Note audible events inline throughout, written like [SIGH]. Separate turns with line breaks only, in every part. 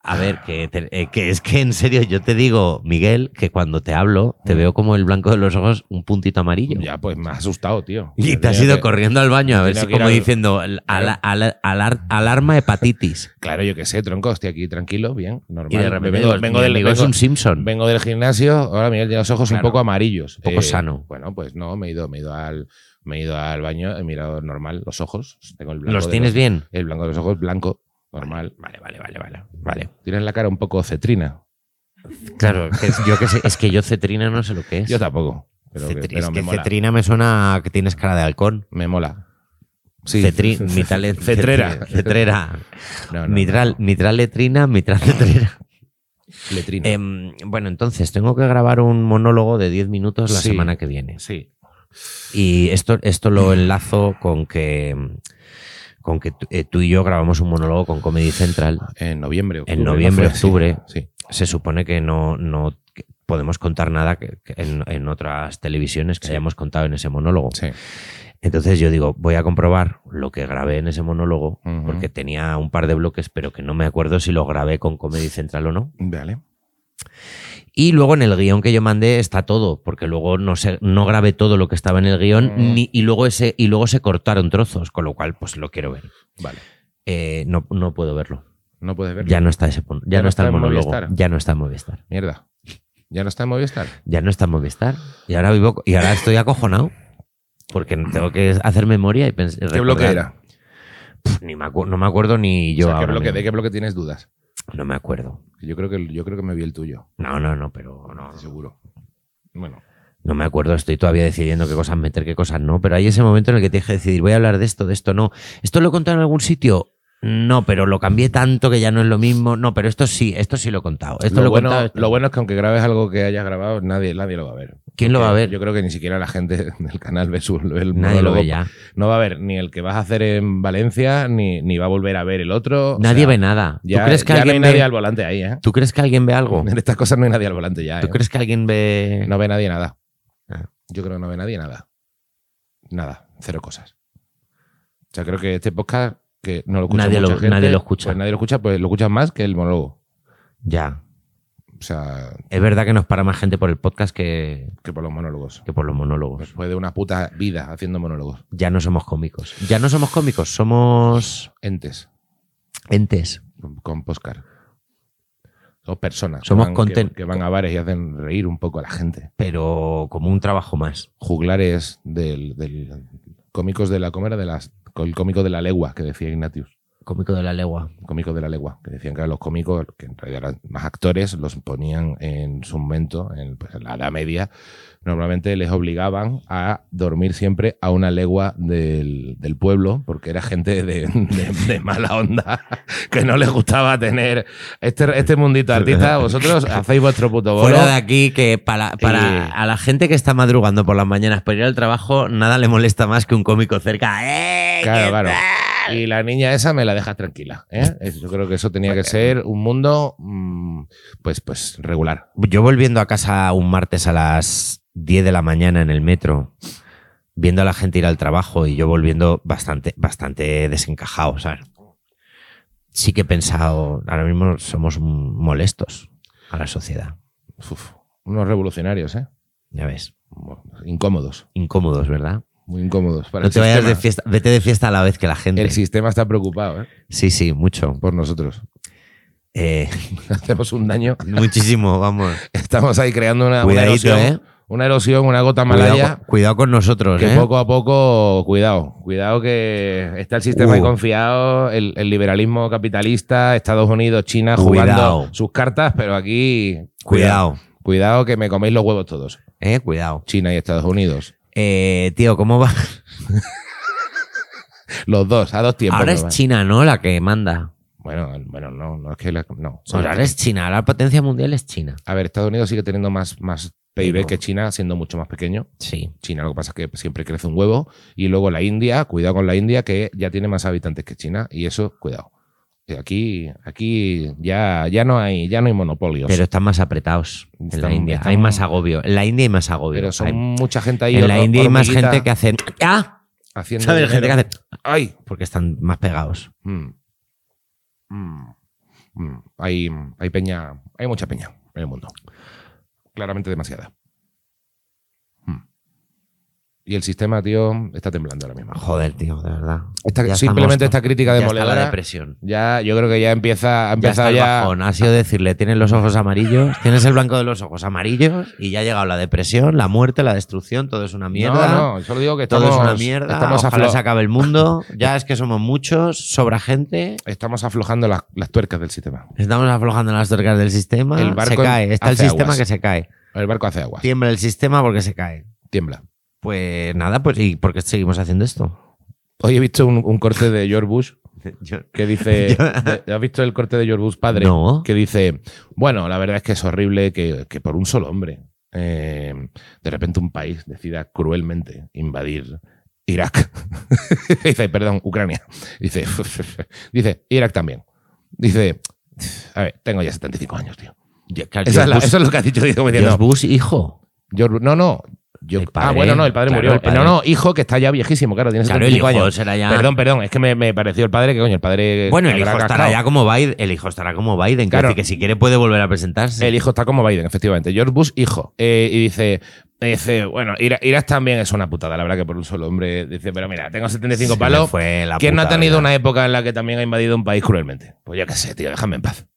A ver, que, te- eh, que es que en serio yo te digo, Miguel, que cuando te hablo te veo como el blanco de los ojos un puntito amarillo.
Mm. Ya, pues me has asustado, tío.
Y te
Tendría
has ido
que-
corriendo al baño a ver
Tenía
si
que ir
como
al-
diciendo al- al- al- alar- alarma hepatitis.
Claro, yo qué sé, tronco, estoy aquí tranquilo, bien, normal.
Y de
Me
repente
vengo,
mi
vengo del,
amigo es
vengo-
un Simpson.
vengo del gimnasio, ahora Miguel tiene los ojos
Claro.
un poco amarillos. Un
poco sano.
Bueno, pues no, me he ido, me he ido al, me he ido al baño, he mirado normal los ojos. Tengo el blanco
¿Los
de
tienes bien?
El blanco de los ojos, blanco, normal.
Vale, vale, vale, vale. Vale.
Tienes la cara un poco cetrina.
Claro, que es- yo que sé, es que yo cetrina no sé lo que es.
Yo tampoco. Pero, que-
Cetri-
pero
es
me
que
mola.
cetrina me suena a que tienes cara de halcón.
Me mola. Sí. [LAUGHS]
Cetri- mitale-
Cetrera.
Cetrera.
No, no,
Mitral, mitral letrina, mitral cetrera.
no. Letrina.
Em, bueno, entonces tengo que grabar un monólogo de 10 minutos la
Sí.
semana que viene.
sí.
Y esto, esto
Mm.
lo enlazo con que, con que tú- eh, tú y yo grabamos un monólogo con Comedy Central.
En noviembre, octubre.
En noviembre,
¿no fue? Sí,
octubre.
Sí.
Se supone que no, no que podemos contar nada que- que en, en otras televisiones que
Sí.
hayamos contado en ese monólogo.
sí.
Entonces yo digo, voy a comprobar lo que grabé en ese monólogo,
Ujú.
porque tenía un par de bloques, pero que no me acuerdo si lo grabé con Comedy Central o no.
Vale.
Y luego en el guión que yo mandé está todo, porque luego no, sé, no grabé todo lo que estaba en el guión
Mm.
ni- y, luego ese, y luego se cortaron trozos, con lo cual pues lo quiero ver.
Vale.
Eh, no, no puedo verlo.
No puedes verlo.
Ya no está ese pon- ya, no está, el monólogo.
Movistar.
Ya no está en Movistar.
Mierda. ¿Ya no está en Movistar?
Ya no está en Movistar. Y ahora vivo co- y ahora estoy acojonado. Porque tengo que hacer memoria y pensar.
¿Qué bloque era?
Ni me acu- no me acuerdo ni yo.
O sea, ¿qué
ahora
bloque, ¿De
mismo.
qué bloque tienes dudas?
No me acuerdo.
Yo creo que, yo creo que me vi el tuyo,
No, no, no, pero no, no.
seguro. Bueno,
No me acuerdo, estoy todavía decidiendo qué cosas meter, qué cosas no, pero hay ese momento en el que tienes que decidir, voy a hablar de esto, de esto no. ¿Esto lo he contado en algún sitio? No, pero lo cambié tanto que ya no es lo mismo. No, pero esto sí, esto sí lo he contado. Esto lo,
lo,
he
bueno,
contado, esto-
lo bueno es que aunque grabes algo que hayas grabado, nadie, nadie lo va a ver.
¿Quién lo va a ver?
Yo creo que ni siquiera la gente [LAUGHS] del canal ve su, ve el
Nadie lo
monólogo.
ve ya.
No va a ver ni el que vas a hacer en Valencia, ni, ni va a volver a ver el otro. O
Nadie
sea,
ve nada.
Ya,
¿Tú, crees que
ya no hay
alguien
nadie
ve...
al volante ahí, ¿eh?
¿Tú crees que alguien ve algo?
[LAUGHS] En estas cosas no hay nadie al volante ya.
¿Tú
¿eh?
crees que alguien ve...?
No ve nadie nada.
Ah.
Yo creo que no ve nadie nada. Nada, cero cosas. O sea, creo que este podcast que no lo escucha
Nadie
mucha
lo-
gente,
nadie lo escucha.
Pues nadie lo escucha, pues lo escuchas más que el monólogo.
Ya.
O sea,
Es verdad que nos para más gente por el podcast que,
que por los monólogos.
que por los monólogos.
Después de una puta vida haciendo monólogos.
Ya no somos cómicos. Ya no somos cómicos, somos
Entes,
entes.
con- con Postcar. Somos personas
Somos
que, van, que-
content-
que van a bares y hacen reír un poco a la gente.
pero como un trabajo más.
Juglares del, del- cómicos de la comera de las el cómico de la legua que decía Ignatius.
Cómico de la legua.
cómicos de la legua, que decían que eran los cómicos, que en realidad eran más actores, los ponían en su momento, en, pues, en la Edad Media, normalmente les obligaban a dormir siempre a una legua del, del pueblo, porque era gente de, de- de mala onda, [LAUGHS] que no les gustaba tener este, este mundito artista, vosotros hacéis vuestro puto bolo.
Fuera de aquí, que para, para
Eh.
a la gente que está madrugando por las mañanas para ir al trabajo, nada le molesta más que un cómico cerca. ¡Eh!
Claro,
¿qué
claro.
tal?
Y la niña esa me la dejas tranquila. ¿eh? Eso- Yo creo que eso tenía que ser un mundo mm, pues, pues regular.
Yo volviendo a casa un martes a las 10 de la mañana en el metro, viendo a la gente ir al trabajo y yo volviendo bastante, bastante desencajado, ¿sabes? Sí que he pensado, ahora mismo somos molestos a la sociedad,
Uf, unos revolucionarios, ¿eh?
ya ves.
Incómodos.
Incómodos, ¿verdad?
Muy incómodos para
no
el
te vayas
sistema.
de fiesta, vete de fiesta a la vez que la gente.
El sistema está preocupado ¿eh?
Sí, sí, mucho.
por nosotros. [LAUGHS]
Eh,
Hacemos un daño.
muchísimo,
[LAUGHS]
vamos.
Estamos ahí creando una, una
Cuidadito,
erosión.
¿eh?
Una erosión, una gota
Cuidado,
malaya.
con- cuidado con nosotros,
Que
¿eh?
poco a poco, cuidado, cuidado que está el sistema ahí
Uh.
confiado, el, el liberalismo capitalista, Estados Unidos, China,
Cuidado.
jugando sus cartas, pero aquí...
Cuidado,
Cuidado que me coméis los huevos todos,
¿eh? Cuidado.
China y Estados Unidos.
Eh, tío, ¿cómo va?
Los dos, a dos tiempos.
Ahora
me
es
va.
China, ¿no? La que manda.
Bueno, bueno, no, no es que... la-
O
no.
sea, ahora es China, ahora la potencia mundial es China.
A ver, Estados Unidos sigue teniendo más, más PIB
Digo.
que China, siendo mucho más pequeño.
Sí.
China lo que pasa es que siempre crece un huevo. Y luego la India, cuidado con la India, que ya tiene más habitantes que China. Y eso, cuidado. Y Aquí, aquí ya, ya no hay, ya no hay monopolios.
Pero están más apretados en la
Están-
India.
están-
Hay más agobio. En la India hay más agobio.
Pero son
Hay-
mucha gente ahí.
en la
hor-
India hay más
hormiguita,
gente que hacen. ¡Ah!
haciendo
¿Sabes?
dinero.
Gente que hace.
¡Ay!
Porque están más pegados.
Mm. Mm. mm, hay, hay peña, hay mucha peña en el mundo. Claramente demasiada. Mm. Y el sistema, tío, está temblando ahora mismo.
Joder, tío, de verdad.
Esta-
Ya
simplemente
estamos-
esta crítica
ya está la
demoledora,
depresión.
ya, yo creo que ya empieza,
Ya está
ha empezado
el
ya.
bajón. Ha sido decirle, tienes los ojos amarillos, tienes el blanco de los ojos amarillos y ya ha llegado la depresión, la muerte, la destrucción, todo es una mierda.
No, no, solo digo que
Todo
estamos,
es una mierda.
estamos,
ojalá
aflo-
se acabe el mundo. Ya es que somos muchos, sobra gente.
estamos aflojando las, las tuercas del sistema.
Estamos aflojando las tuercas del sistema.
El barco
se cae. Está el
hace
sistema
aguas.
que se cae.
El barco hace aguas,
Tiembla el sistema porque se cae.
tiembla.
Pues nada, pues ¿y por qué seguimos haciendo esto?
Hoy he visto un, un corte de George Bush
[LAUGHS] Yo-
que dice. de- ¿Has visto el corte de George Bush padre?
No.
Que dice: Bueno, la verdad es que es horrible que, que por un solo hombre, eh, de repente un país decida cruelmente invadir Irak. [LAUGHS] dice, perdón, Ucrania. Dice, [LAUGHS] dice, Irak también. Dice, a ver, tengo ya 75 años, tío.
Yo- claro,
Esa es
George
la-
Bush-
eso es lo que ha dicho Diego Medina.
George Bush, hijo.
George- no, no. Yo-
El
ah,
padre,
bueno, no, el padre
claro,
murió.
el padre.
No, no, hijo que está ya viejísimo, claro, tiene
Claro, el
75
hijo
años.
será ya.
Perdón, perdón, es que me, me pareció el padre que, coño, el padre.
Bueno, el hijo
habrá
estará
cascado.
ya como Biden. El hijo estará como Biden.
Claro.
Que, que si quiere puede volver a presentarse.
El hijo está como Biden, efectivamente. George Bush, hijo. Eh, y dice. Dice, bueno, Ira- Irak también es una putada, la verdad que por un solo hombre. Dice, pero mira, tengo 75
Se me
palos.
fue la
¿Quién no ha
puta
tenido
vida.
una época en la que también ha invadido un país cruelmente? Pues yo qué sé, tío, déjame en paz.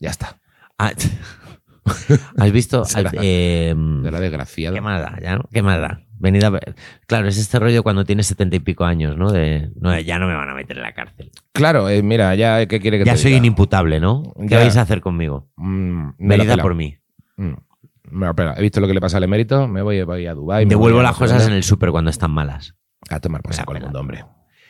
Ya está.
Ah, [LAUGHS] ¿Has
[LAUGHS]
visto?
Será.
Eh,
De la desgraciada.
¿Qué más da? Ya, no? ¿Qué más da? Venid a ver. Claro, es este rollo cuando tienes setenta y pico años, ¿no? De, no, ya no me van a meter en la cárcel.
Claro, eh, mira, ya, ¿qué quiere que
Ya
te
soy
diga?
inimputable, ¿no? ¿Qué
Ya.
vais a hacer conmigo?
Mm, me la
Venid a
pela.
por mí.
Mm. Bueno, espera, he visto lo que le pasa al emérito, me voy, voy a Dubái. me
Devuelvo
voy a
las cosas en el súper cuando están malas.
A tomar por
Me la
saco el
pela.
mundo, hombre.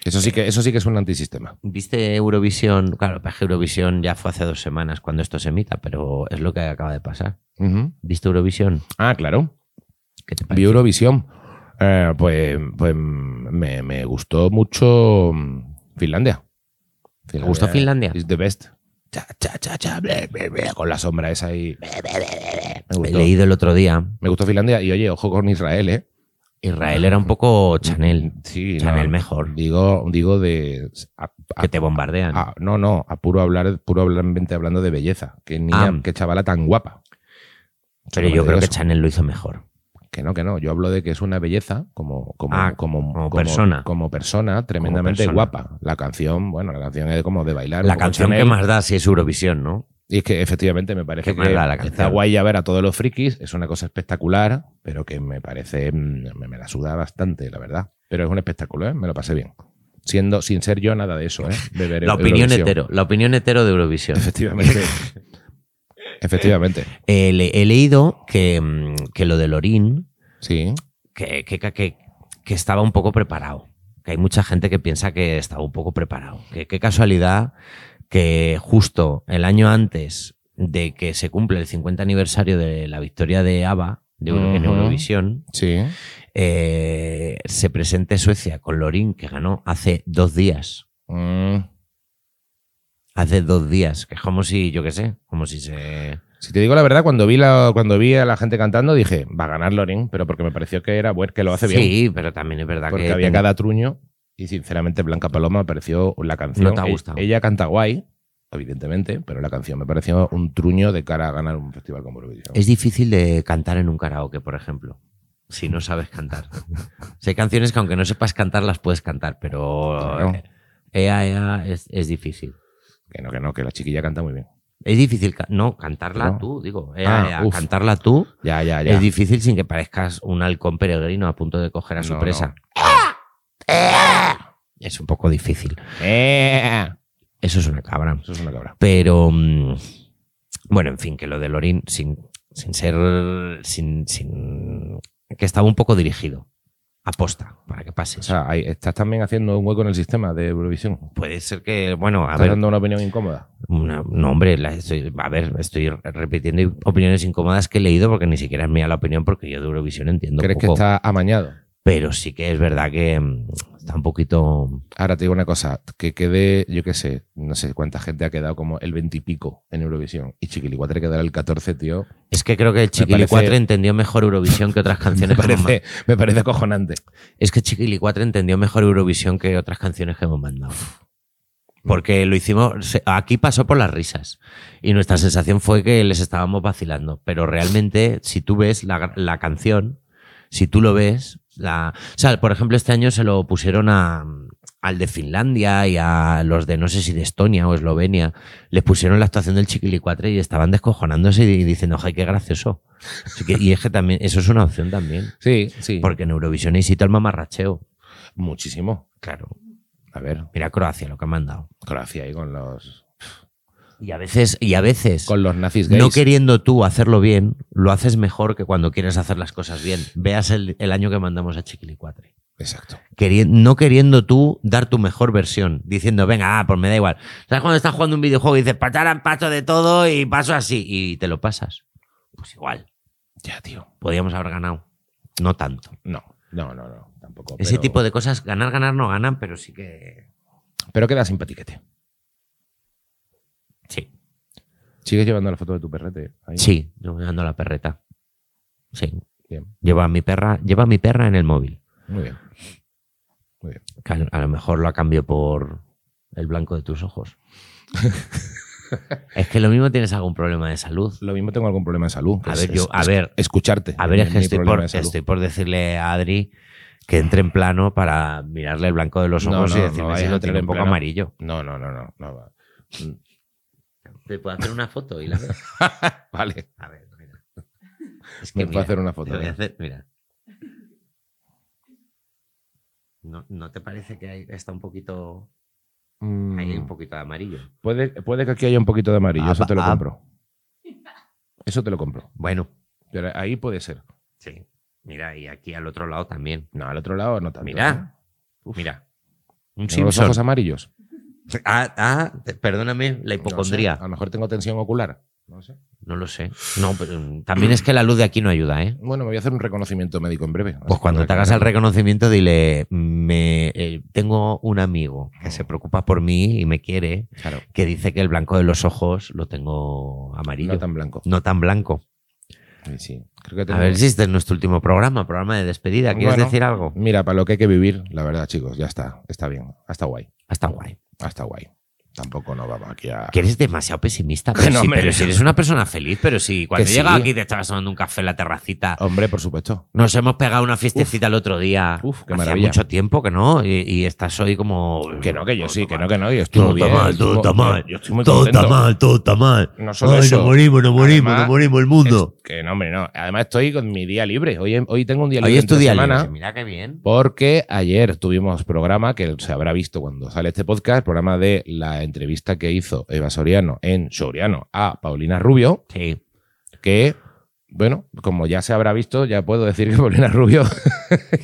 Eso sí que, eso sí que es un antisistema.
¿Viste Eurovisión? Claro, pues que Eurovisión ya fue hace dos semanas cuando esto se emita, pero es lo que acaba de pasar.
Ujú.
¿Viste Eurovisión?
Ah, claro.
¿Qué te
Vi
parece?
Eurovisión. Eh, pues pues me, me gustó mucho mm, Finlandia.
¿Te gustó Finlandia?
Is the best. Cha, cha, cha, cha, ble, ble, ble, con la sombra esa ahí. Ble, ble, ble, ble. Me
He
gustó.
leído el otro día.
Me gustó Finlandia y oye, ojo con Israel, ¿eh?
Israel era un poco Chanel.
Sí,
Chanel
no,
mejor.
Digo, digo de. a- a-
Que te bombardean.
Ah, no, no, a puro hablar, puro hablarmente hablando de belleza. Qué niña,
Ah.
qué chavala tan guapa.
pero
Solamente
yo creo
digo
que
eso.
Chanel lo hizo mejor.
Que no, que no. Yo hablo de que es una belleza como, como,
Ah,
como,
como persona.
Como persona tremendamente
persona.
guapa. La canción, bueno, la canción es como de bailar.
La
como
canción
Chanel.
que más da si es Eurovisión, ¿no?
Y es que efectivamente me parece
Qué
que
más da la
está
canción.
guay ya ver a todos los frikis. Es una cosa espectacular, pero que me parece. mm, Me, me la suda bastante, la verdad. Pero es un espectáculo, ¿eh? Me lo pasé bien. Siendo, sin ser yo nada de eso,
[LAUGHS]
¿eh? De ver
La opinión
Eurovisión.
hetero, la opinión hetero de Eurovisión. [LAUGHS]
Efectivamente. Efectivamente.
Eh, le- he leído que, mm, que lo de Lorín,
Sí.
que, que, que- que estaba un poco preparado. Que hay mucha gente que piensa que estaba un poco preparado. Que qué casualidad que justo el año antes de que se cumple el 50 aniversario de la victoria de ABBA de Euro- en
Ujú.
Eurovisión,
Sí.
eh, se presente Suecia con Lorín, que ganó hace dos días.
Mm.
Hace dos días. Que es como si, yo qué sé, como si se...
Si te digo la verdad, cuando vi, la, cuando vi a la gente cantando dije, va a ganar Lorin, pero porque me pareció que era bueno, que lo hace bien.
Sí, pero también es verdad
Porque
que
había
ten-
cada truño y sinceramente Blanca Paloma me pareció la canción.
No te ha
e-
gustado.
Ella, canta guay, evidentemente, pero la canción me pareció un truño de cara a ganar un festival como Eurovisión.
es difícil de cantar en un karaoke, por ejemplo. Si no sabes
[LAUGHS]
cantar. Si hay canciones que aunque no sepas cantar, las puedes cantar, pero
Claro.
eh, ea, ea, es, es difícil.
Que no, que no, que la chiquilla canta muy bien.
Es difícil, ca- no, cantarla
Claro.
tú, digo. ea,
Ah,
ea,
uf.
cantarla tú
Ya, ya, ya.
es difícil sin que parezcas un halcón peregrino a punto de coger a su
No,
presa. Es un poco difícil.
Eh,
Eso es una cabra.
Eso es una cabra.
Pero mm, bueno, en fin, que lo de Lorin, sin, sin ser. Sin, sin- que estaba un poco dirigido. Aposta, para que pase.
O sea, ahí- estás también haciendo un hueco en el sistema de Eurovisión.
Puede ser que, bueno, a
Estás
ver,
dando una opinión incómoda.
una- no, hombre, la estoy, a ver, estoy repitiendo opiniones incómodas que he leído porque ni siquiera es mía la opinión, porque yo de Eurovisión entiendo
¿Crees que
poco.
está amañado?
Pero sí que es verdad que mm, está un poquito.
Ahora te digo una cosa, que quede, yo qué sé, no sé cuánta gente ha quedado como el 20 y pico en Eurovisión. Y Chiquilicuatre quedará el 14, tío.
Es que creo que el
parece-
Chiquilicuatre entendió mejor Eurovisión que otras
[LAUGHS] Me
canciones. que hemos
parece, me parece acojonante.
Es que Chiquilicuatre entendió mejor Eurovisión que otras canciones que hemos mandado. porque lo hicimos, se- aquí pasó por las risas y nuestra sensación fue que les estábamos vacilando, pero realmente si tú ves la, gra- la canción, si tú lo ves, la, o sea, por ejemplo, este año se lo pusieron a, al de Finlandia y a los de no sé si de Estonia o Eslovenia, les pusieron la actuación del Chiquilicuatre y estaban descojonándose y diciendo, ay, qué gracioso. Así que- y es que también, eso es una opción también,
Sí, sí.
porque en Eurovisión necesita el mamarracheo.
Muchísimo.
Claro.
A ver,
Mira Croacia, lo que han mandado.
Croacia ahí con los,
Y a veces, y a veces
con los nazis gays.
no queriendo tú hacerlo bien, lo haces mejor que cuando quieres hacer las cosas bien. Veas el, el año que mandamos a Chiquilicuatre.
Exacto.
Queri- no queriendo tú dar tu mejor versión, diciendo, venga, ah, pues me da igual. ¿Sabes cuando estás jugando un videojuego y dices, pataran, paso de todo y paso así? Y te lo pasas. Pues igual,
Ya, tío.
podíamos haber ganado. No tanto.
No, no, no, no. Tampoco.
Ese
pero-
tipo de cosas, ganar, ganar no ganan, pero sí que.
Pero queda simpatiquete.
Sí.
Sigues llevando la foto de tu perrete. ahí?
Sí, yo voy dando la perreta. Sí.
Bien.
Lleva a mi perra, lleva a mi perra en el móvil.
Muy bien.
Que a a lo mejor lo cambio por el blanco de tus ojos.
[LAUGHS]
es que lo mismo tienes algún problema de salud.
Lo mismo tengo algún problema de salud. que
A
es-
ver, yo,
es-
a
es-
ver,
Escucharte.
a ver, es
Mi-
que
mi
estoy
problema
por, este-
de salud.
estoy por decirle a Adri que entre en plano para mirarle el blanco de los
No,
ojos
no,
y
no
decirme
vayas
si
a
lo
entrar
tiene un
en
poco
plano.
amarillo.
No, no, no, no. no va.
¿Te puedo hacer una foto? Y la veo?
Vale.
[LAUGHS] A ver, mira. Es
Me puedo hacer una foto.
Te
eh.
voy a
venga.
hacer- mira. ¿No, no te parece que hay- está un poquito,
Mm,
hay un poquito de amarillo?
puede, puede que aquí haya un poquito de amarillo.
Ah,
eso te lo
ah.
compro. Eso te lo compro.
Bueno,
Pero ahí puede ser.
sí. Mira, y aquí al otro lado también.
No, al otro lado no tanto.
Mira, mira. Un
¿no? Tengo los
Simpson.
ojos amarillos.
Ah, ah, te- perdóname, la hipocondría.
No sé, A lo mejor tengo tensión ocular. No sé.
No lo sé. No, pero mm, también es que la luz de aquí no ayuda, ¿eh?
Bueno, me voy a hacer un reconocimiento médico en breve.
Pues cuando te hagas el reconocimiento, dile, me, eh, tengo un amigo que
Ah.
se preocupa por mí y me quiere,
Claro,
que dice que el blanco de los ojos lo tengo amarillo.
no tan blanco.
no tan blanco.
Sí, sí. Creo que
A
tengo-
ver si este es nuestro último programa, programa de despedida. ¿Quieres
Bueno.
decir algo?
Mira, para lo que hay que vivir, la verdad, chicos, ya está. Está bien. Hasta guay.
Hasta guay.
Hasta guay. Tampoco nos vamos aquí a.
Que eres demasiado pesimista. Pero,
[LAUGHS] No,
sí,
hombre.
pero si eres una persona feliz, pero si cuando
Que
llegas
sí.
aquí te estabas tomando un café en la terracita,
Hombre, por supuesto.
nos hemos pegado una fiestecita el otro día.
Uf, qué
Hacía
maravilla.
mucho tiempo que no, y, y estás hoy como.
Que no, que yo
Todo
sí, que
mal.
no, que no. Yo estoy
Todo
bien.
está mal, todo
estuvo-
está mal.
Yo estoy muy
Todo
contento.
está mal, todo está mal.
No solo
Ay,
eso.
nos morimos, nos morimos,
Además,
nos morimos el mundo.
Es que no, hombre, no. Además, estoy con mi día libre. Hoy, hoy tengo un día libre. Pues,
Hoy es tu
entre
día
semana.
libre. Mira qué bien.
Porque ayer tuvimos programa que se habrá visto cuando sale este podcast, programa de la entrevista que hizo Eva Soriano en Soriano a Paulina Rubio, [LAUGHS]
Sí.
que, bueno, como ya se habrá visto, ya puedo decir que [LAUGHS] Paulina Rubio,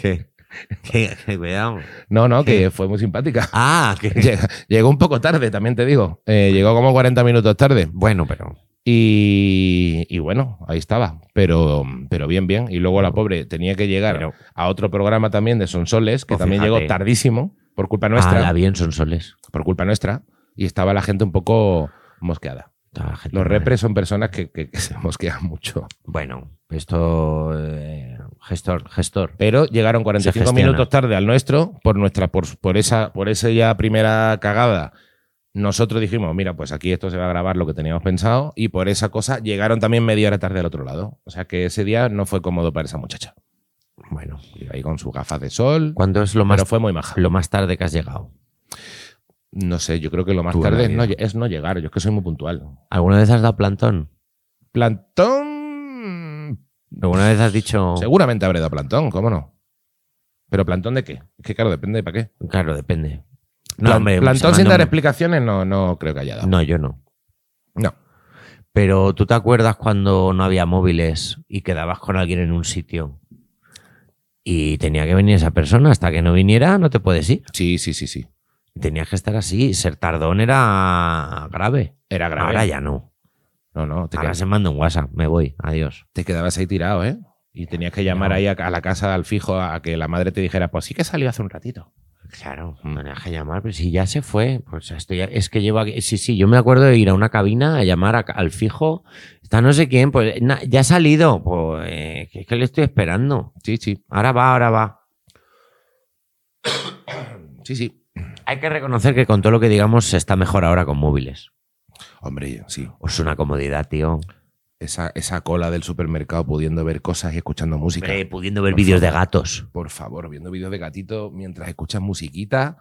Que- [LAUGHS] que- que cuidado.
no, no, que fue
[LAUGHS]
muy simpática. [LAUGHS]
Ah, que.
Llega- Llegó un poco tarde, también te digo. Eh, llegó como 40 minutos tarde.
Bueno, pero.
Y, y bueno, ahí estaba. Pero, pero bien, bien. Y luego la pobre tenía que llegar
Pero-
a otro programa también de Sonsoles, que
Pues
también
fíjate.
llegó tardísimo, por culpa nuestra.
Ah, la bien son soles.
por culpa nuestra, y estaba la gente un poco mosqueada.
Toda la gente
Los
mala.
repres son personas que, que- que se mosquean mucho.
Bueno, esto. eh, gestor, gestor.
Pero llegaron
Se
45
gestiona.
minutos tarde al nuestro por nuestra por, por esa por esa ya primera cagada. Nosotros dijimos, mira, pues aquí esto se va a grabar lo que teníamos pensado y por esa cosa llegaron también media hora tarde al otro lado. O sea que ese día no fue cómodo para esa muchacha.
Bueno.
Iba ahí con sus gafas de sol,
¿Cuándo es lo más,
pero fue muy maja.
lo más tarde que has llegado?
No sé, yo creo que lo más
Tú en la
tarde es no,
vida.
es no llegar. Yo es que soy muy puntual.
¿Alguna vez has dado plantón?
Plantón
¿Alguna vez has
Oh.
dicho.?
Seguramente habré dado plantón, ¿cómo no? ¿Pero plantón de qué? Es que claro, depende de para qué.
Claro, depende.
Plan-
hombre,
plantón
se
sin
manda
dar
un-
explicaciones no, no creo que haya dado.
No, yo no.
No.
Pero ¿tú te acuerdas cuando no había móviles y quedabas con alguien en un sitio? Y tenía que venir esa persona. Hasta que no viniera, no te puedes ir.
Sí, sí, sí, sí.
Tenías que estar así. Ser tardón era grave.
Era grave.
Ahora ya no.
No, no, te,
Ahora
qued-
se manda un WhatsApp. Me voy. Adiós.
te quedabas ahí tirado, ¿eh? Y tenías que llamar
No.
ahí a, a la casa al fijo a que la madre te dijera, pues sí que salió hace un ratito.
Claro, me tenías que llamar, pero si ya se fue, pues estoy, es que lleva, sí, sí, yo me acuerdo de ir a una cabina a llamar a- al fijo, está no sé quién, pues na- ya ha salido, pues eh, que es que le estoy esperando,
Sí, sí,
ahora va, ahora va,
sí, sí.
Hay que reconocer que con todo lo que digamos se está mejor ahora con móviles.
Hombre, sí.
Es una comodidad, tío.
Esa, esa cola del supermercado pudiendo ver cosas y escuchando música.
Hombre, pudiendo ver vídeos de gatos.
Por favor, viendo vídeos de gatito mientras escuchas musiquita,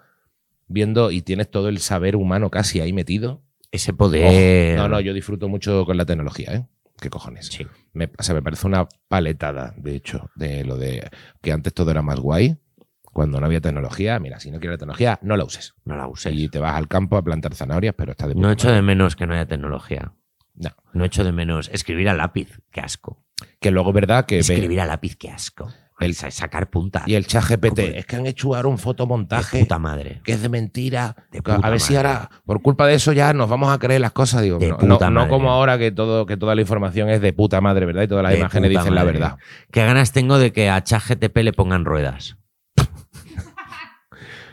viendo y tienes todo el saber humano casi ahí metido.
Ese poder.
No, no, yo disfruto mucho con la tecnología, ¿eh? ¿Qué cojones?
Eh, Sí.
Me, o sea, me parece una paletada, de hecho, de lo de que antes todo era más guay. Cuando no había tecnología, mira, si no quieres la tecnología, no la uses.
No la uses.
Y te vas al campo a plantar zanahorias, pero está de
No
puta
echo
madre.
de menos que no haya tecnología.
No.
No echo de menos escribir a lápiz. Qué asco.
Que luego es verdad que. Eh, ve-
Escribir a lápiz, qué asco.
El-
El sacar punta.
y el chat GPT,
Como-
es que han hecho ahora un
Qué
fotomontaje
puta madre.
que es de mentira.
De
a ver
puta
si
madre.
ahora, por culpa de eso, ya nos vamos a creer las cosas. Digo,
De
no, no-
puta
no
madre.
como ahora que, todo, que toda la información es de puta madre, ¿verdad? Y todas las
De
imágenes
puta
dicen la
madre.
verdad.
Qué ganas tengo de que a ChatGTP le pongan ruedas.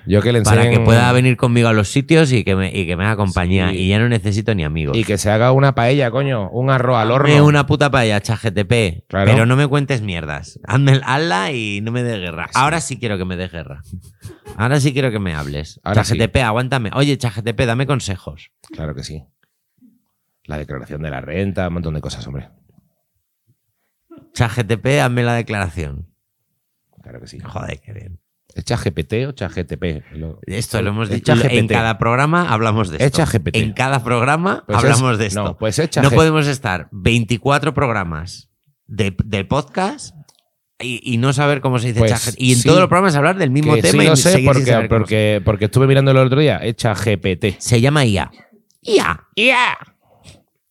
Yo que le
Para que
enseñen-
pueda venir conmigo a los sitios y que me, y que me haga compañía.
Sí.
Y ya no necesito ni amigos.
Y que se haga una paella, coño, un arroz al
Hazme
horno.
una puta paella, ChatGTP.
Claro.
Pero no me cuentes mierdas. Hazme, hazla y no me des guerra.
Sí.
Ahora sí quiero que me des guerra. Ahora sí quiero que me hables.
Ahora sí.
ChatGTP, aguántame. Oye, ChatGTP, dame consejos.
Claro que sí. La declaración de la renta, un montón de cosas, hombre.
ChatGTP, hazme la declaración.
Claro que sí.
Joder, qué bien.
¿Es GPT o ChatGTP? Lo-
Esto lo hemos
Es
dicho. En
ChatGPT.
cada programa hablamos de
Es
esto.
ChatGPT.
En cada programa
Pues
hablamos
es-
de esto.
No, pues es
No
ChatGPT.
podemos estar 24 programas de, del podcast y, y no saber cómo se dice
Pues
ChatGPT. Y en
sí.
todos los programas hablar del mismo
Que
tema
sí
y
lo sé
seguir sin
porque,
saber cómo se-
porque, porque estuve mirándolo el otro día. Hecha GPT.
Se llama IA. IA.
¡Ea!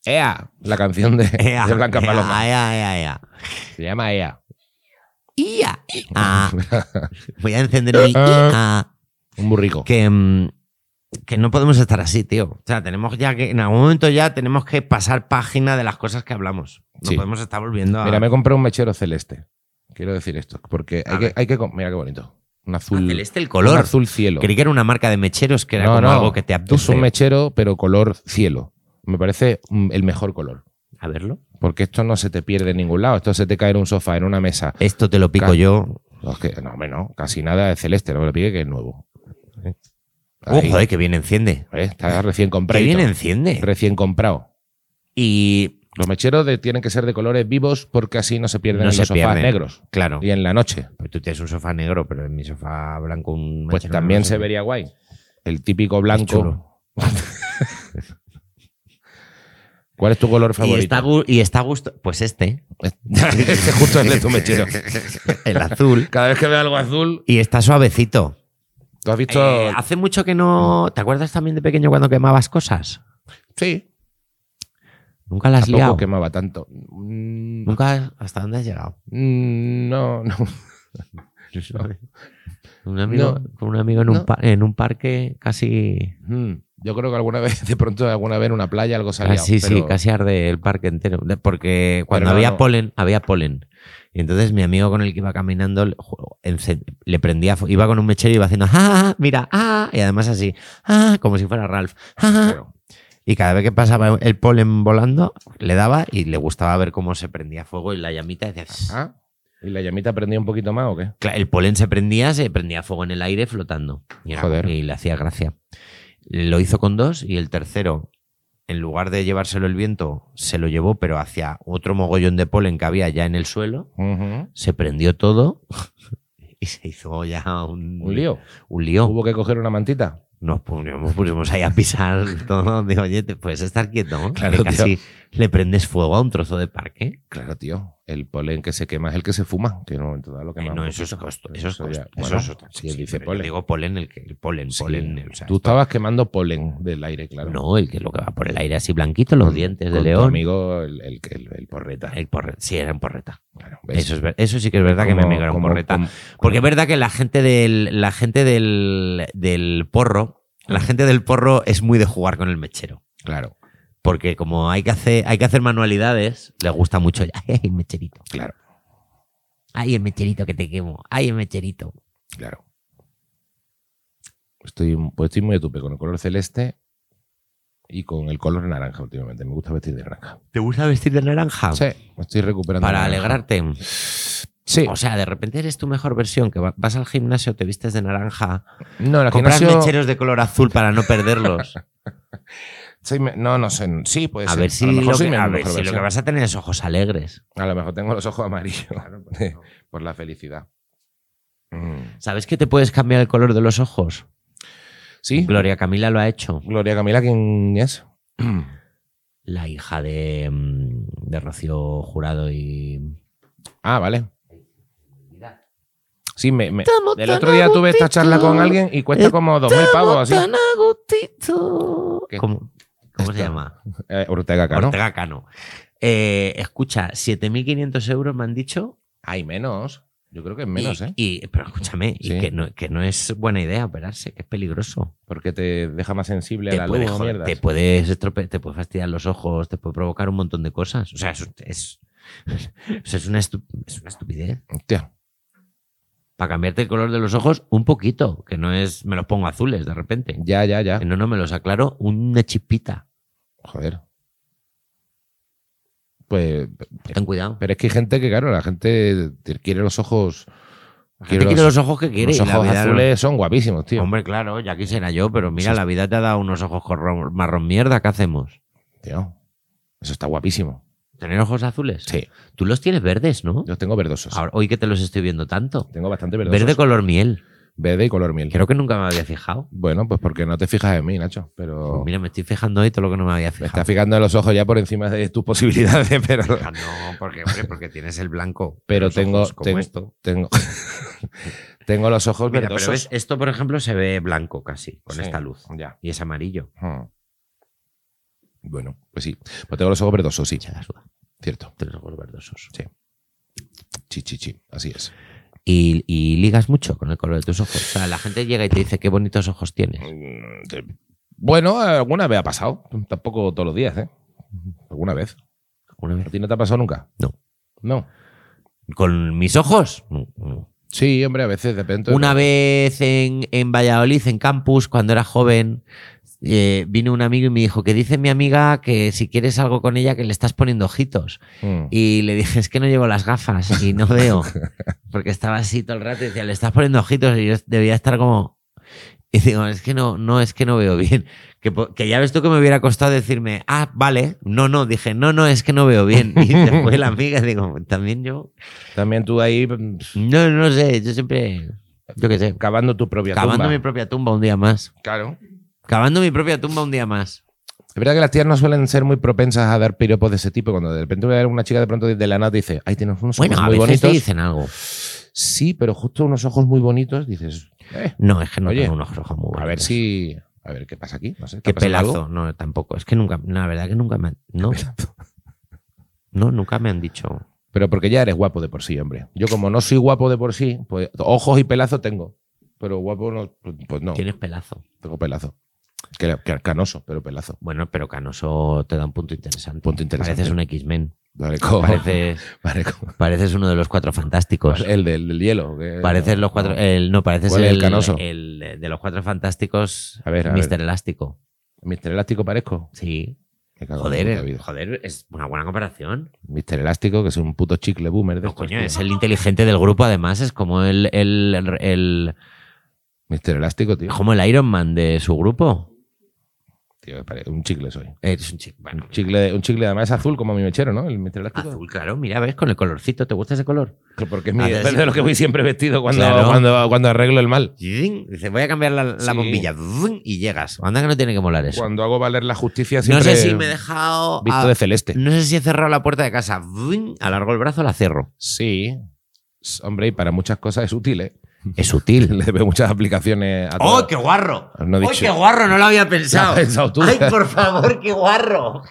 ¡Ea! La canción de,
IA.
de Blanca
IA,
Paloma.
IA, IA, IA.
Se llama Ea.
IA.
[LAUGHS]
Ah. Voy a encender
Ah.
mi IA.
Un burrico.
Que, mm, que no podemos estar así, tío. O sea, tenemos ya que en algún momento ya tenemos que pasar página de las cosas que hablamos. No
Sí.
podemos estar volviendo a.
Mira, me compré un mechero celeste. Quiero decir esto. Porque
A
hay que,
ver.
hay que. com- Mira qué bonito. Un
Ah,
azul.
celeste el
Un
color.
azul cielo.
Creí que era una marca de mecheros que era como algo que te
Es
abduce.
un mechero, pero color cielo. Me parece mm, el mejor color.
A verlo.
Porque esto no se te pierde en ningún lado. Esto se te cae en un sofá, en una mesa.
Esto te lo pico
Ca-
yo.
No, es que- no, hombre, no. Casi nada es celeste. No me lo pide que es nuevo. ¿Eh?
Oh,
Ahí,
joder, que bien enciende.
¿eh? Está recién
Que
comprado.
bien enciende.
Recién comprado.
Y
Los mecheros de- tienen que ser de colores vivos porque así no se pierden
No
en
se
los sofás
pierden.
negros.
claro,
Y en la noche.
pues tú tienes un sofá negro, pero en mi sofá blanco un
Pues
mechero
también
no
se vería guay. El típico blanco.
chulo.
¿Cuál es tu color
Y está,
favorito?
gu- y está a gusto. Pues este,
Este justo [LAUGHS] es de tu
[LAUGHS]
mechero.
Eh,
[LAUGHS]
el azul.
Cada vez que veo algo azul,
Y está suavecito.
¿tú has visto?
Eh, hace mucho que no. ¿Te acuerdas también de pequeño cuando quemabas cosas?
sí,
Nunca las has
tampoco
liado.
quemaba tanto. Mm,
Nunca. ¿Hasta dónde has llegado?
mm, No, [LAUGHS] no.
[LAUGHS] Un amigo,
No.
Con un amigo en un,
No.
par- en un parque casi.
Mm, Yo creo que alguna vez, de pronto, alguna vez en una playa algo salía.
Casi, Ah, sí, casi arde el parque entero. De- Porque cuando
no,
había
no.
polen, había polen. Y entonces mi amigo con el que iba caminando le- jo- ence- le prendía, fu- iba con un mechero y iba haciendo, ¡ah! Mira, ¡ah! Y además así, ¡ah! Como si fuera Ralph. ¡ah! Y cada vez que pasaba el polen volando, le daba y le gustaba ver cómo se prendía fuego y la llamita decía, "Shh".
Ah, ¿Y la llamita prendía un poquito más o qué?
Cla- El polen se prendía, se prendía fuego en el aire flotando. Y, era-
Joder.
y le hacía gracia. Lo hizo con dos y el tercero, en lugar de llevárselo el viento, se lo llevó, pero hacia otro mogollón de polen que había ya en el suelo.
Ujú.
Se prendió todo [LAUGHS] y se hizo ya un,
Un lío.
un lío.
Hubo que coger una mantita.
Nos pusimos, nos pusimos ahí a pisar [LAUGHS] todo. Digo, oye, te puedes estar quieto. ¿no?
Claro,
Que casi le prendes fuego a un trozo de parque.
Claro, tío. El polen que se quema es el que se fuma. Que no, en todo lo que
Ay,
más
Eh, no,
un
eso es
poquito.
costo. Eso es
Eso ya-
costo.
bueno,
eso es otra-
si él
sí,
dice
pero yo
polen.
Digo polen, el, que- el polen,
Sí.
polen. o sea,
Tú estabas quemando polen del aire, claro. Mm,
No, el que lo que va por el aire así blanquito, los dientes
Con
de
tu
león.
amigo, el, el, el- el porreta.
El porre- sí, era un porreta.
Claro, ¿ves?
Eso, es ver- eso sí que es verdad que me
Como-
amigo era un
como-
porreta.
como-
Porque es verdad que la gente del, la gente del, del porro, la gente del porro es muy de jugar con el mechero.
Claro,
Porque como hay que hacer, hay que hacer manualidades, les gusta mucho. Ay, el mecherito.
claro,
Ay, el mecherito que te quemo. Ay, el mecherito.
claro. Estoy, pues estoy muy a tupe con el color celeste y con el color naranja últimamente. Me gusta vestir de naranja.
¿Te gusta vestir de naranja?
Sí, me estoy recuperando.
Ah, Para
de naranja.
alegrarte.
Sí.
O sea, de repente eres tu mejor versión, que va- vas al gimnasio, te vistes de naranja,
No, en el
compras
gimnasio-
mecheros de color azul para no
[LAUGHS]
perderlos.
sí, me- no, no sé. Pues Sí, puede
a
ser.
ver si,
lo
lo
mejor soy
que,
mi
a
mejor
ver si lo
versión.
que vas a tener es ojos alegres.
A lo mejor tengo los ojos amarillos [LAUGHS] de- por la felicidad. Mm.
¿Sabes que te puedes cambiar el color de los ojos?
Sí,
Gloria Camila lo ha hecho.
Gloria Camila, ¿quién es?
La hija de, mm, de Rocío Jurado y.
Ah, vale. Sí, me, me- el otro día tuve esta charla con alguien y cuesta como 2.000 pavos así. ¿Qué?
¿Cómo, cómo se
Esto.
llama?
Eh, Ortega Cano.
Ortega Cano. Eh, escucha, 7.500 euros me han dicho.
Hay menos. Yo creo que es menos,
y,
¿eh?
y- pero escúchame, y
Sí.
que, no, que no es buena idea operarse, que es peligroso.
Porque te deja más sensible a
Te,
la
puede
luz. o
joder,
mierdas.
te puedes estrope- te puede fastidiar los ojos, te puede provocar un montón de cosas. O sea, es, es, [LAUGHS] o sea, es una, estu- es una estupidez.
Hostia.
Para cambiarte el color de los ojos un poquito, que no es me los pongo azules de repente.
Ya, ya, ya.
Que No, no, me los aclaro una chispita.
Joder. Pues.
Ten cuidado.
Pero es que hay gente que, claro, la gente te- quiere los ojos.
La gente
quiere
quiere los ojos que quiere.
los
y la
ojos
vida no-
azules son guapísimos, tío.
Hombre, claro, ya quisiera yo, pero mira,
Sí.
la vida te ha dado unos ojos corro- marrón mierda. ¿Qué hacemos?
Tío, Eso está guapísimo.
¿Tener ojos azules?
Sí.
Tú los tienes verdes, ¿no?
Yo tengo verdosos.
Ahora, hoy que te los estoy viendo tanto.
Tengo bastante verdosos.
Verde color miel.
Verde y color miel.
Creo que nunca me había fijado.
Bueno, pues porque no te fijas en mí, Nacho. Pero
Pues mira, me estoy fijando hoy todo lo que no me había
me
fijado. [LAUGHS]
estás fijando en los ojos ya por encima de tus posibilidades, [LAUGHS] pero
No, porque, hombre, porque tienes el blanco.
Pero
los
tengo-
ojos como
tengo-
esto.
tengo, [LAUGHS] tengo los ojos
Mira, pero
verdosos.
ves, esto, por ejemplo, se ve blanco casi con
Sí,
esta luz.
Ya.
Y es amarillo.
Hmm. Bueno, pues sí. Pues tengo los ojos verdosos, sí,
Se la suda.
cierto.
Tres ojos verdosos.
Sí, sí, sí. Así es.
Y, y ligas mucho con el color de tus ojos. O sea, la gente llega y te dice qué bonitos ojos tienes.
Mm, te- Bueno, alguna vez ha pasado. Tampoco todos los días, ¿eh? Alguna vez.
Una
¿A
vez.
ti no te ha pasado nunca?
No.
No.
¿Con mis ojos? No, no.
Sí, hombre, a veces depende.
Una vez en, en Valladolid, en campus, cuando era joven, eh, vino un amigo y me dijo que dice mi amiga que si quieres algo con ella que le estás poniendo ojitos.
Mm.
Y le dije, es que no llevo las gafas y no
[LAUGHS]
veo. Porque estaba así todo el rato y decía, le estás poniendo ojitos y yo debía estar como... Y digo, es que no, no, es que no veo bien. Que, po- que ya ves tú que me hubiera costado decirme, ah, vale, no, no, dije, no, no, es que no veo bien. Y se fue la amiga y digo, también yo,
También tú ahí mm,
no, no sé, yo siempre, yo qué sé
cavando tu propia
cavando
tumba.
mi propia tumba un día más.
Claro.
Cavando mi propia tumba un día más.
Es verdad que las tías no suelen ser muy propensas a dar piropos de ese tipo. Cuando de repente ve a una chica de pronto de la nada y dice, ay, tienes unos ojos
Bueno, a
muy
veces te
bonitos.
dicen algo.
Sí, pero justo unos ojos muy bonitos, dices, eh,
No, es que no
Oye,
tengo unos ojos muy
a
bonitos.
ver si. A ver qué pasa aquí. No sé, ¿está
Qué
pasando
pelazo.
algo?
No, tampoco. Es que nunca. no, la verdad que nunca me han. No. No, nunca me han dicho.
Pero porque ya eres guapo de por sí, hombre. Yo, como no soy guapo de por sí, pues ojos y pelazo tengo. Pero guapo no, pues no,
Tienes pelazo.
tengo pelazo. Que, que canoso, pero pelazo.
Bueno, pero canoso te da un punto interesante.
Punto interesante. Oh.
Pareces un X-Men.
Vale, como-
Pareces,
[LAUGHS] vale, como-
pareces uno de los cuatro fantásticos.
Pues el del, del hielo. que-
Pareces los cuatro. eh. El, no, pareces
¿Cuál
el,
es el canoso?
el, eh, de los cuatro fantásticos.
A ver, a ver.
Mr. Elástico.
Mister Elástico parezco.
Sí.
Me cago en la puta
Joder, eh.
vida.
joder, es una buena comparación.
Mister Elástico, que es un puto chicle boomer de
No,
estos,
coño,
tío.
es el inteligente del grupo, además, es como el, el, el-
Mister Elástico, tío.
como el Iron Man de su grupo.
Tío, me parece- un chicle soy.
Es un chico, bueno,
Un chicle, un chicle además azul como mi mechero, ¿no? El Mister Elástico.
azul, claro, mira, ves, con el colorcito, ¿te gusta ese color?
Que Porque es, mi,
Haces-
es de lo que voy siempre vestido cuando,
Claro.
cuando, cuando arreglo el mal.
Zing, Dice, voy a cambiar la, la
Sí.
bombilla zing, y llegas. Anda que no tiene que molar eso.
Cuando hago valer la justicia
No
siempre
sé si me he dejado...
visto
a-
de celeste.
no sé si he cerrado la puerta de casa. Zing, Alargo el brazo, la cierro.
Sí. S- Hombre, y para muchas cosas es útil, ¿eh?
Es sutil.
[LAUGHS] Le veo muchas aplicaciones a
[LAUGHS] ¡Oh,
todo.
qué guarro!
No he
¡Oh,
dicho-
qué guarro! No lo había
Lo
pensado.
has pensado tú.
¡Ay, por favor, qué guarro!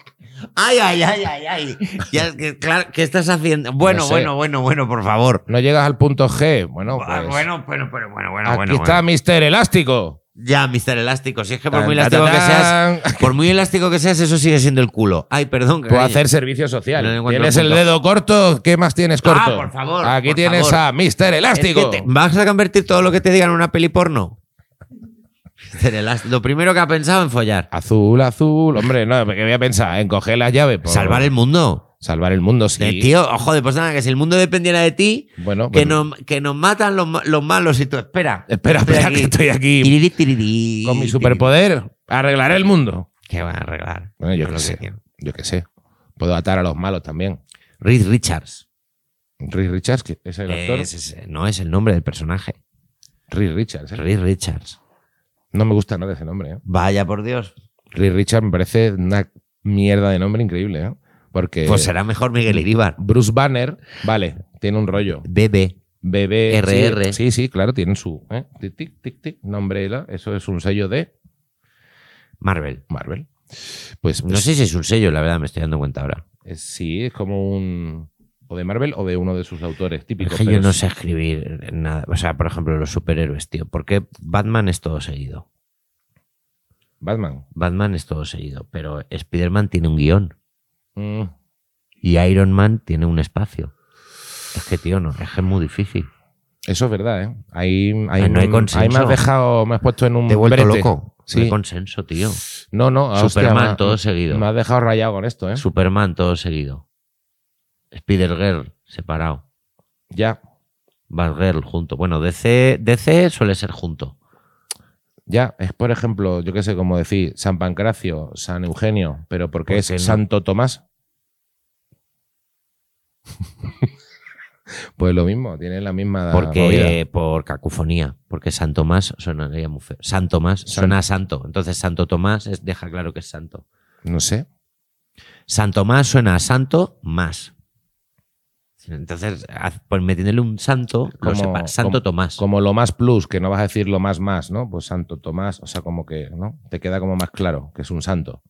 ¡Ay, ay, ay, ay, ay! Ya, es que, claro, ¿Qué estás haciendo? Bueno,
No sé.
bueno, bueno, bueno, por favor.
No llegas al punto G. Bueno, pues.
Ah, bueno, bueno, pero bueno, bueno,
aquí
bueno.
está
bueno.
Mister Elástico.
Ya, Mr. Elástico. Si es que por
Tan,
muy
tan,
elástico que
tan.
seas, por muy elástico que seas, eso sigue siendo el culo. Ay, perdón.
Puedo
cariño.
hacer servicio social.
No le encuentro
¿Tienes
el
el
punto.
dedo corto? ¿Qué más tienes corto?
Ah, por favor,
Aquí
por
tienes
favor.
a Mister
Es que
Elástico.
te- ¿Vas a convertir todo lo que te digan en una peli porno? Mr. Elástico, Lo primero que ha pensado en follar.
Azul, azul. Hombre, no, ¿qué voy a pensar? ¿En coger las llaves? Por-
Salvar el mundo.
Salvar el mundo, sí.
De, tío, oh, joder, pues nada, que si el mundo dependiera de ti,
bueno,
que,
bueno.
nos, que nos matan los, ma- los malos y tú espera.
Espera, espera, que estoy aquí
Tiriri, tiriri,
con mi
tiriri.
superpoder. Arreglaré el mundo.
Que van a arreglar.
Bueno, yo
No
qué
lo
sé.
quiero.
Yo qué sé. Puedo atar a los malos también.
Reed Richards. Eh,
Reed Richards, que es el actor.
Es- es- no es el nombre del personaje.
Reed Richards. ¿eh?
Reed Richards.
No me gusta nada ese nombre. ¿eh?
Vaya por Dios.
Reed Richards me parece una mierda de nombre increíble. ¿eh? Porque
Pues será mejor Miguel Iríbar.
Bruce Banner, vale, tiene un rollo.
Bebe.
Bebé.
RR.
Sí, sí, claro, tienen su. ¿eh? Tic, tic, tic, tic, nombre. ¿la? Eso es un sello de
Marvel.
Marvel. Pues,
No
pues,
sé si es un sello, la verdad, me estoy dando cuenta ahora.
es- sí, es como un. O de Marvel o de uno de sus autores
Es
típicos.
que yo
pero
no
es-
sé escribir nada. O sea, por ejemplo, los superhéroes, tío. ¿Por qué Batman es todo seguido?
Batman.
Batman es todo seguido, pero Spider-Man tiene un guión
Mm,
y Iron Man tiene un espacio. Es que, tío, no, es que es muy difícil.
eso es verdad, ¿eh? Ahí, ahí,
Ah, no hay
ahí me
consenso.
has dejado, me has puesto en un.
Te he vuelto
brete.
loco. No
Sí.
hay consenso, tío.
No, no, ah, hostia,
Superman
me ha-
todo seguido.
Me has dejado rayado con esto, ¿eh?
Superman todo seguido. Spider-Girl separado.
Ya,
Batgirl junto. Bueno, DC, DC suele ser junto.
ya. Es por ejemplo, yo qué sé, como decir San Pancracio, San Eugenio, pero porque
¿Por
es
qué no? [LAUGHS]
Santo Tomás. pues lo mismo, tiene la misma. movida.
Porque por cacofonía, porque San Tomás sonaría muy feo. San Tomás
San-
suena a santo, entonces Santo Tomás es- deja claro que es santo.
No sé.
San Tomás suena a santo más. Entonces, haz- pues metiéndole un santo, lo
Como-
separa. Santo
como-
Tomás.
Como lo más plus, que no vas a decir lo más más, ¿no? Pues Santo Tomás, o sea, como que, ¿no? Te queda como más claro que es un santo.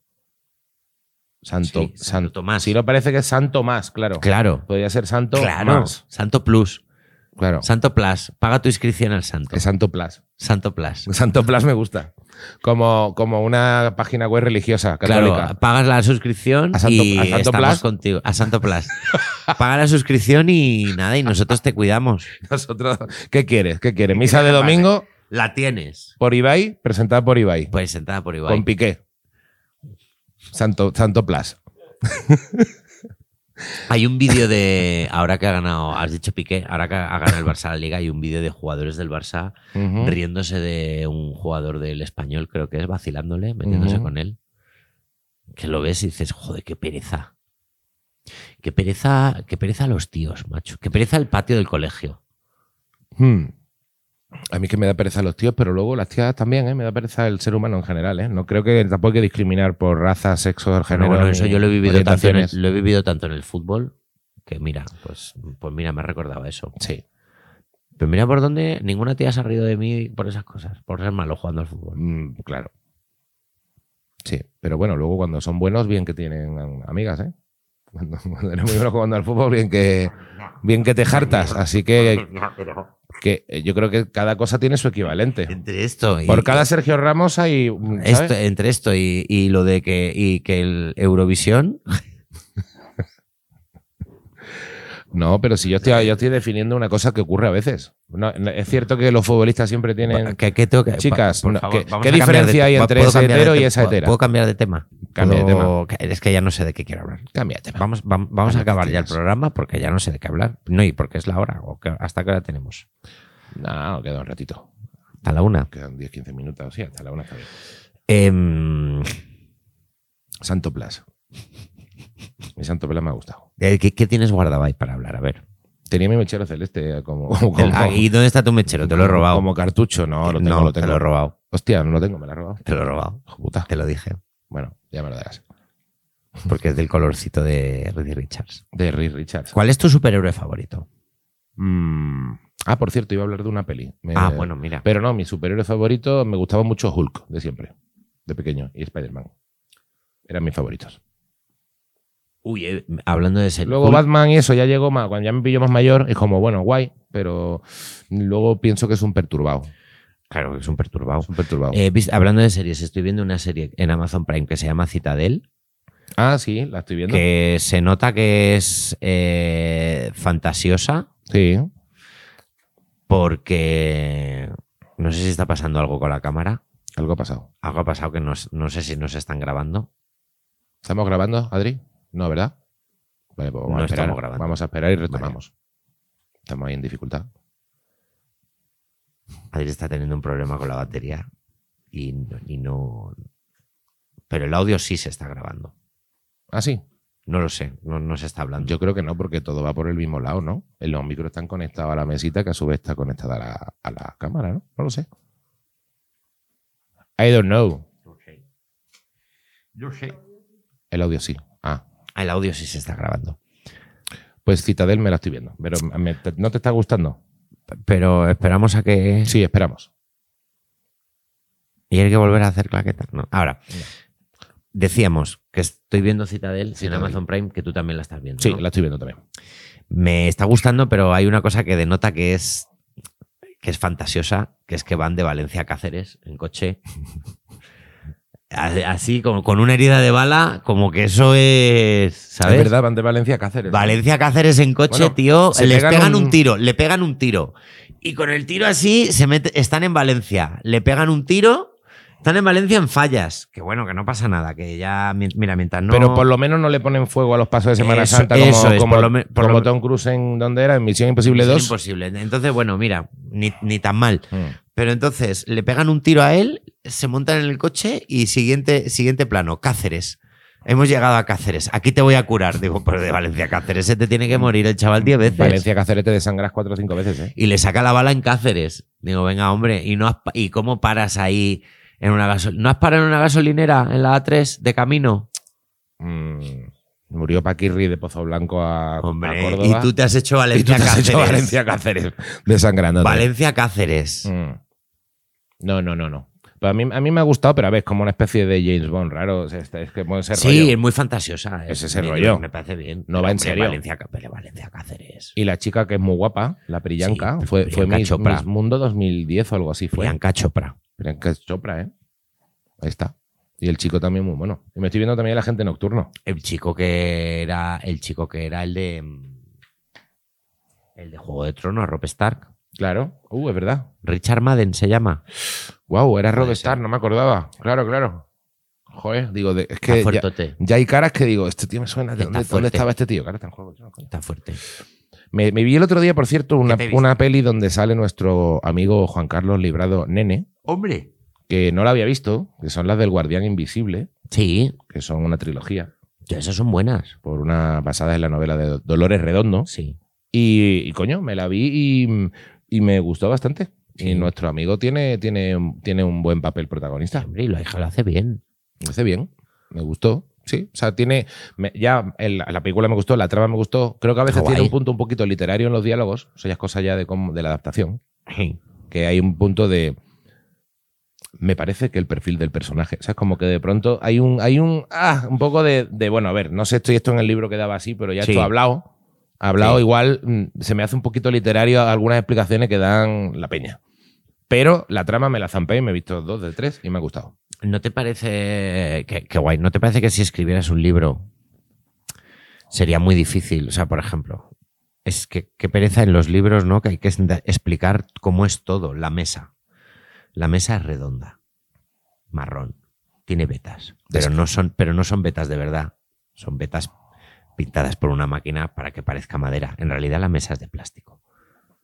Santo,
Sí, Santo Tomás.
Si no parece que es Santo más, claro.
claro,
Podría ser Santo
claro.
más.
Santo Plus,
Claro.
Santo Plus, paga tu inscripción al santo.
Es Santo Plus.
Santo Plus.
[LAUGHS] Santo Plus me gusta. Como, como una página web religiosa
Claro,
católica.
pagas la suscripción
A Santo-
y
a Santo
estamos
Plus.
contigo. A Santo
[LAUGHS]
Plus. Paga la suscripción y nada, y nosotros te cuidamos.
[LAUGHS] Nosotros, ¿Qué quieres? ¿Qué quieres? Misa
quieres
de
que pase?
domingo
La tienes.
por Ibai, presentada por Ibai.
Presentada Pues por Ibai.
Con Piqué. Santo, Santo Plus.
Hay un vídeo de. Ahora que ha ganado. Has dicho Piqué. Ahora que ha ganado el Barça la Liga, hay un vídeo de jugadores del Barça
Ujú.
riéndose de un jugador del español, creo que es, vacilándole, metiéndose
Ujú.
con él. Que lo ves y dices, joder, qué pereza. Qué pereza, qué pereza los tíos, macho. Qué pereza el patio del colegio.
Hmm. A mí que me da pereza los tíos, pero luego las tías también, ¿eh? Me da pereza el ser humano en general, ¿eh? No creo que tampoco hay que discriminar por raza, sexo,
Bueno,
género.
bueno,
ni
eso yo lo he vivido tanto en el,
orientaciones.
lo he vivido tanto en el fútbol que mira, pues, pues mira, me recordaba eso.
Sí.
Pero mira por dónde ninguna tía se ha reído de mí por esas cosas, por ser malo jugando al fútbol.
Mm, claro. Sí, pero bueno, luego cuando son buenos, bien que tienen am- amigas, ¿eh? [LAUGHS] Cuando, cuando eres muy bueno jugando al fútbol, bien que, bien que te jartas. Así que, que eh, yo creo que cada cosa tiene su equivalente.
Entre esto y
Por cada Sergio Ramos hay. mm, ¿sabes?
esto, entre esto y, y lo de que y que el
[LAUGHS]
Eurovisión
No, pero si yo estoy, yo estoy definiendo una cosa que ocurre a veces. No, no, es cierto que los futbolistas siempre tienen.
que, que tengo que-
Chicas,
pa- por
no,
favor,
¿qué-
vamos
qué
a cambiar
diferencia
de
hay
te-
entre
¿puedo
ese
cambiar de
hetero
te-
y esa
¿puedo-
hetera?
Puedo cambiar de tema.
Cambia de
Puedo- Es que ya no sé de qué quiero hablar.
Cámbiate. va.
Vamos, vam- vamos a
Cambia de
acabar ya el
temas.
programa porque ya no sé de qué hablar. No, y porque es la hora. O que- ¿Hasta qué hora tenemos?
No, queda un ratito.
Hasta la una.
Quedan 10, 15 minutos. Sí, hasta la una está bien.
Em,
Santo Plaza. Mi Santo Plaza me ha gustado.
eh, ¿qué, qué tienes guardado ahí para hablar? A ver.
Tenía mi mechero celeste eh, como. [LAUGHS] como
El- ah, ¿Y dónde está tu mechero? Te lo he robado.
Como cartucho. No, lo
Eh,
tengo.
no,
lo tengo.
te lo he robado.
Hostia, no lo tengo, me lo he robado.
Te lo he robado.
Hijo puta.
Te lo dije.
Bueno, ya me lo darás.
Porque es del colorcito de Reed Richards.
De Reed Richards.
¿Cuál es tu superhéroe favorito?
Mm. Ah, por cierto, iba a hablar de una peli. Me-
ah, bueno, mira.
Pero no, mi superhéroe favorito me gustaba mucho Hulk, de siempre, de pequeño, y Spider-Man. Eran mis favoritos.
Uy, eh, hablando de ese.
Luego
Hulk,
Batman y eso, ya llegó más, cuando ya me pillo más mayor, es como, bueno, guay, pero luego pienso que es un perturbado.
Claro, que es un perturbado.
Es un perturbado.
Eh, vis- hablando de series, estoy viendo una serie en Amazon Prime que se llama Citadel,
ah, sí, la estoy viendo.
que se nota que es eh, fantasiosa
Sí.
porque no sé si está pasando algo con la cámara.
Algo ha pasado.
Algo ha pasado que nos- no sé si nos están grabando.
¿Estamos grabando, Adri? No, ¿verdad? Vale, pues vamos,
No
a esperar,
estamos grabando.
vamos a esperar y retomamos. Estamos ahí en dificultad.
Adri está teniendo un problema con la batería y, no- y no. Pero el audio sí se está grabando.
Ah, sí.
No lo sé, no, no se está hablando.
Yo creo que no, porque todo va por el mismo lado, ¿no? Los micros están conectados a la mesita, que a su vez está conectada a la, a la cámara, ¿no? No lo sé. I don't know.
Yo sé.
El audio sí. Ah.
El audio sí se está grabando.
Pues Citadel me la estoy viendo. Pero me- te- ¿no te está gustando?
Pero esperamos a que.
Sí, esperamos.
Y hay que volver a hacer claqueta. No. Ahora, decíamos que estoy viendo Citadel, en
Citadel.
Amazon Prime, que tú también la estás viendo.
Sí,
¿no?
la estoy viendo también.
Me está gustando, pero hay una cosa que denota que es que es fantasiosa, que es que van de Valencia a Cáceres en coche. [LAUGHS] A- Así, como con una herida de bala, como que eso es. ¿Sabes?
Es verdad, van de Valencia a Cáceres.
Valencia Cáceres en coche,
Bueno,
tío.
se
Les
pegan
pegan,
un-
un... tiro, le pegan un tiro. Y con el tiro así se mete- están en Valencia. Le pegan un tiro, están en Valencia en fallas. Que bueno, que no pasa nada, que ya, mi- mira, mientras no.
Pero por lo menos no le ponen fuego a los pasos de Semana
Eso-
Santa como,
eso es,
como-
por lo me- por
como
lo-
Tom Cruise en ¿dónde era? En Misión Imposible
es
2.
imposible. Entonces, bueno, mira, ni, ni tan mal.
Mm.
Pero entonces le pegan un tiro a él, se montan en el coche y siguiente, siguiente plano, Cáceres. Hemos llegado a Cáceres. Aquí te voy a curar. Digo, pero de Valencia a Cáceres se te tiene que morir el chaval 10 veces.
Valencia Cáceres te desangras cuatro o cinco veces, ¿eh?
y le saca la bala en Cáceres. Digo, venga, hombre, ¿y, no has pa- ¿y cómo paras ahí en una gasolinera? ¿No has parado en una gasolinera en la A3 de camino?
Mm, Murió Paquirri de Pozo Blanco a, a
Hombre,
Córdoba.
y tú te has hecho
Y tú
Valencia
te has
Cáceres.
hecho Valencia Cáceres Mm, desangrándote.
Valencia Cáceres.
Mm. No, no, no, no. Pero a, mí, a mí me ha gustado, pero a ver, es como una especie de James Bond raro. o sea, este- es que puede ser
Sí,
rollo.
es muy fantasiosa.
Ese es
Me-
el rollo.
Me parece bien.
No
Pero,
va en
hombre,
serio.
Valencia, Cá- pero Valencia Cáceres.
Y la chica que es muy guapa, la Priyanka,
Sí,
fue, fue
Priyanka
Miss,
Chopra.
Miss Mundo 2010 o algo así. Fue.
Bianca Chopra.
Priyanka Chopra, ¿eh? Ahí está. Y el chico también muy bueno. Y me estoy viendo también la gente nocturno.
El chico que era el chico que era el de mm, el de Juego de Tronos, Rob Stark.
Claro. Uh, es verdad.
Richard Madden se llama.
Wow, era Rob
Puede
Star,
ser.
no me acordaba. Claro, claro. Joder, digo, de- es que
Está
ya,
fuertote.
ya hay caras que digo, este tío me suena.
Está
¿De dónde, dónde
fuerte.
estaba este tío? Claro, está en juego. tío, coño.
Está fuerte.
Me, me vi el otro día, por cierto, una,
te viste?
una peli donde sale nuestro amigo Juan Carlos Librado Nene,
Hombre.
que no la había visto, que son las del Guardián Invisible,
Sí,
que son una trilogía,
ya esas son buenas.
por una basada en la novela de Dolores Redondo.
Sí.
Y, y, coño, me la vi y, y me gustó bastante. Y
Sí.
nuestro amigo tiene, tiene, tiene un buen papel protagonista.
Hombre, y lo, lo hace bien.
Me hace bien, me gustó. Sí, o sea, tiene. me- ya el- la película me gustó, la trama me gustó. Creo que a veces
Está guay.
tiene un punto un poquito literario en los diálogos. Eso ya es cosa ya de, cómo- de la adaptación. Que hay un punto de. Me parece que el perfil del personaje. O sea, es como que de pronto hay un. Hay un. Ah, un poco de, de, Bueno, a ver, no sé esto y esto en el libro quedaba así, pero ya
Sí.
esto hablado. Hablado
Sí.
igual. mm, Se me hace un poquito literario algunas explicaciones que dan la peña. Pero la trama me la zampé y me he visto dos de tres y me ha gustado.
¿No te parece que, que guay? ¿No te parece que si escribieras un libro sería muy difícil? O sea, por ejemplo, es que qué pereza en los libros, ¿no? Que hay que enda- explicar cómo es todo, la mesa. La mesa es redonda, marrón, tiene vetas, pero no son, pero no son vetas de verdad, son vetas pintadas por una máquina para que parezca madera. En realidad la mesa es de plástico.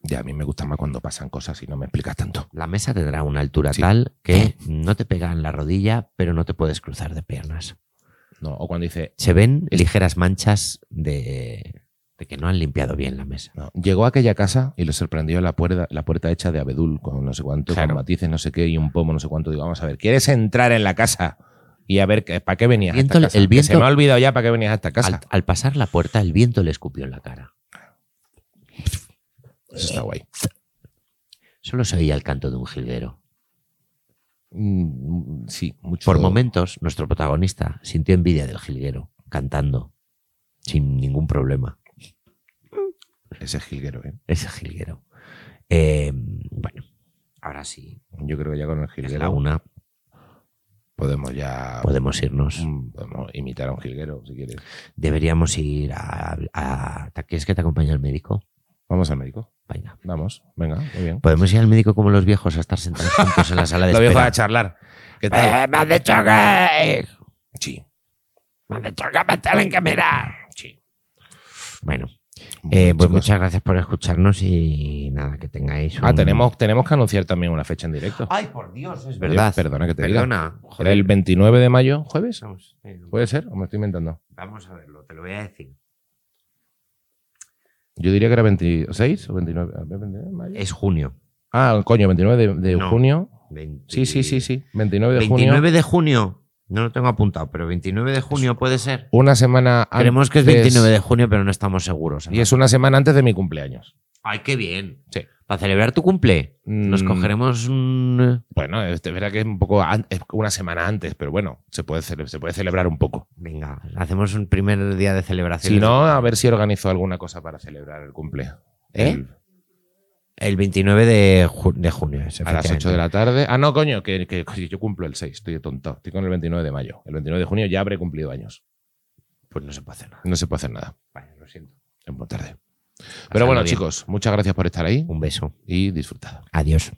Ya, a mí me gusta más cuando pasan cosas y no me explicas tanto.
La mesa tendrá una altura
Sí.
tal que no te pega en la rodilla, pero no te puedes cruzar de piernas.
No, o cuando dice,
Se ven ligeras manchas de, de que no han limpiado bien la mesa.
no, llegó a aquella casa y le sorprendió la puerta, la puerta hecha de abedul con no sé cuánto,
Claro.
con matices, no sé qué, y un pomo, no sé cuánto. Digo, vamos a ver, ¿quieres entrar en la casa? Y a ver, ¿qué- ¿para qué venías
Viento-
a esta casa?
el
Que se
viento-
me ha olvidado ya para qué venías a esta casa.
Al, al pasar la puerta, el viento le escupió en la cara.
Eso está guay.
Solo se oía el canto de un jilguero.
Mm, sí, mucho.
Por momentos, nuestro protagonista sintió envidia del jilguero, cantando, sin ningún problema.
Ese jilguero, ¿eh?
Ese jilguero. Eh, bueno, ahora sí,
Yo creo que ya con el
es la
jilguero
una,
podemos ya
podemos irnos.
mm, podemos imitar a un jilguero, si quieres.
Deberíamos ir a... a- ¿te- ¿Quieres que te acompañe el médico?
Vamos al médico.
Venga.
Vamos, venga, muy bien.
Podemos ir al médico como los viejos a estar sentados juntos en la
[LAUGHS]
sala de
Lo viejo a
espera.
charlar. ¿Qué tal?
Eh, me han dicho que...
Sí.
Me han dicho que me tienen que mirar.
Sí.
Bueno,
Bueno,
eh, pues
chicos.
muchas gracias por escucharnos y nada, que tengáis.
Ah,
un-
tenemos, tenemos que anunciar también una fecha en directo.
Ay, por Dios, es
Oye,
verdad.
Perdona que te diga.
Eh, Perdona.
¿Era
joder.
el 29 de mayo, jueves?
Vamos, eh,
¿Puede ser? ¿O me estoy inventando?
Vamos a verlo, te lo voy a decir.
Yo diría que era 26 o 29. ¿Era 29 de mayo?
Es junio.
Ah, coño, 29 de, de
No.
junio.
20
Sí, sí, sí, sí. 29 de
29
junio.
de junio. No lo tengo apuntado, pero 29 de junio puede ser.
Una semana antes.
Creemos que es 29 de junio, pero no estamos seguros.
Y es una semana antes de mi cumpleaños.
Ay, qué bien.
Sí.
Para celebrar tu cumple, nos
Mm,
cogeremos un.
Bueno, es de verdad que es un poco an- es una semana antes, pero bueno, se puede, cele- se puede celebrar un poco.
Venga, hacemos un primer día de celebración.
Si no, a ver si organizo alguna cosa para celebrar el cumple.
¿Eh?
El-
El 29 de, ju- de junio. es,
A las 8
efectivamente.
de la tarde. Ah, no, coño, que, que- que yo cumplo el 6, estoy tonto. Estoy con el 29 de mayo. El 29 de junio ya habré cumplido años.
Pues no se puede hacer nada.
No se puede hacer nada.
Vaya, lo siento.
Es muy tarde. Pero
Pasadlo
bueno,
bien.
chicos, muchas gracias por estar ahí
Un beso.
y disfrutad.
Adiós.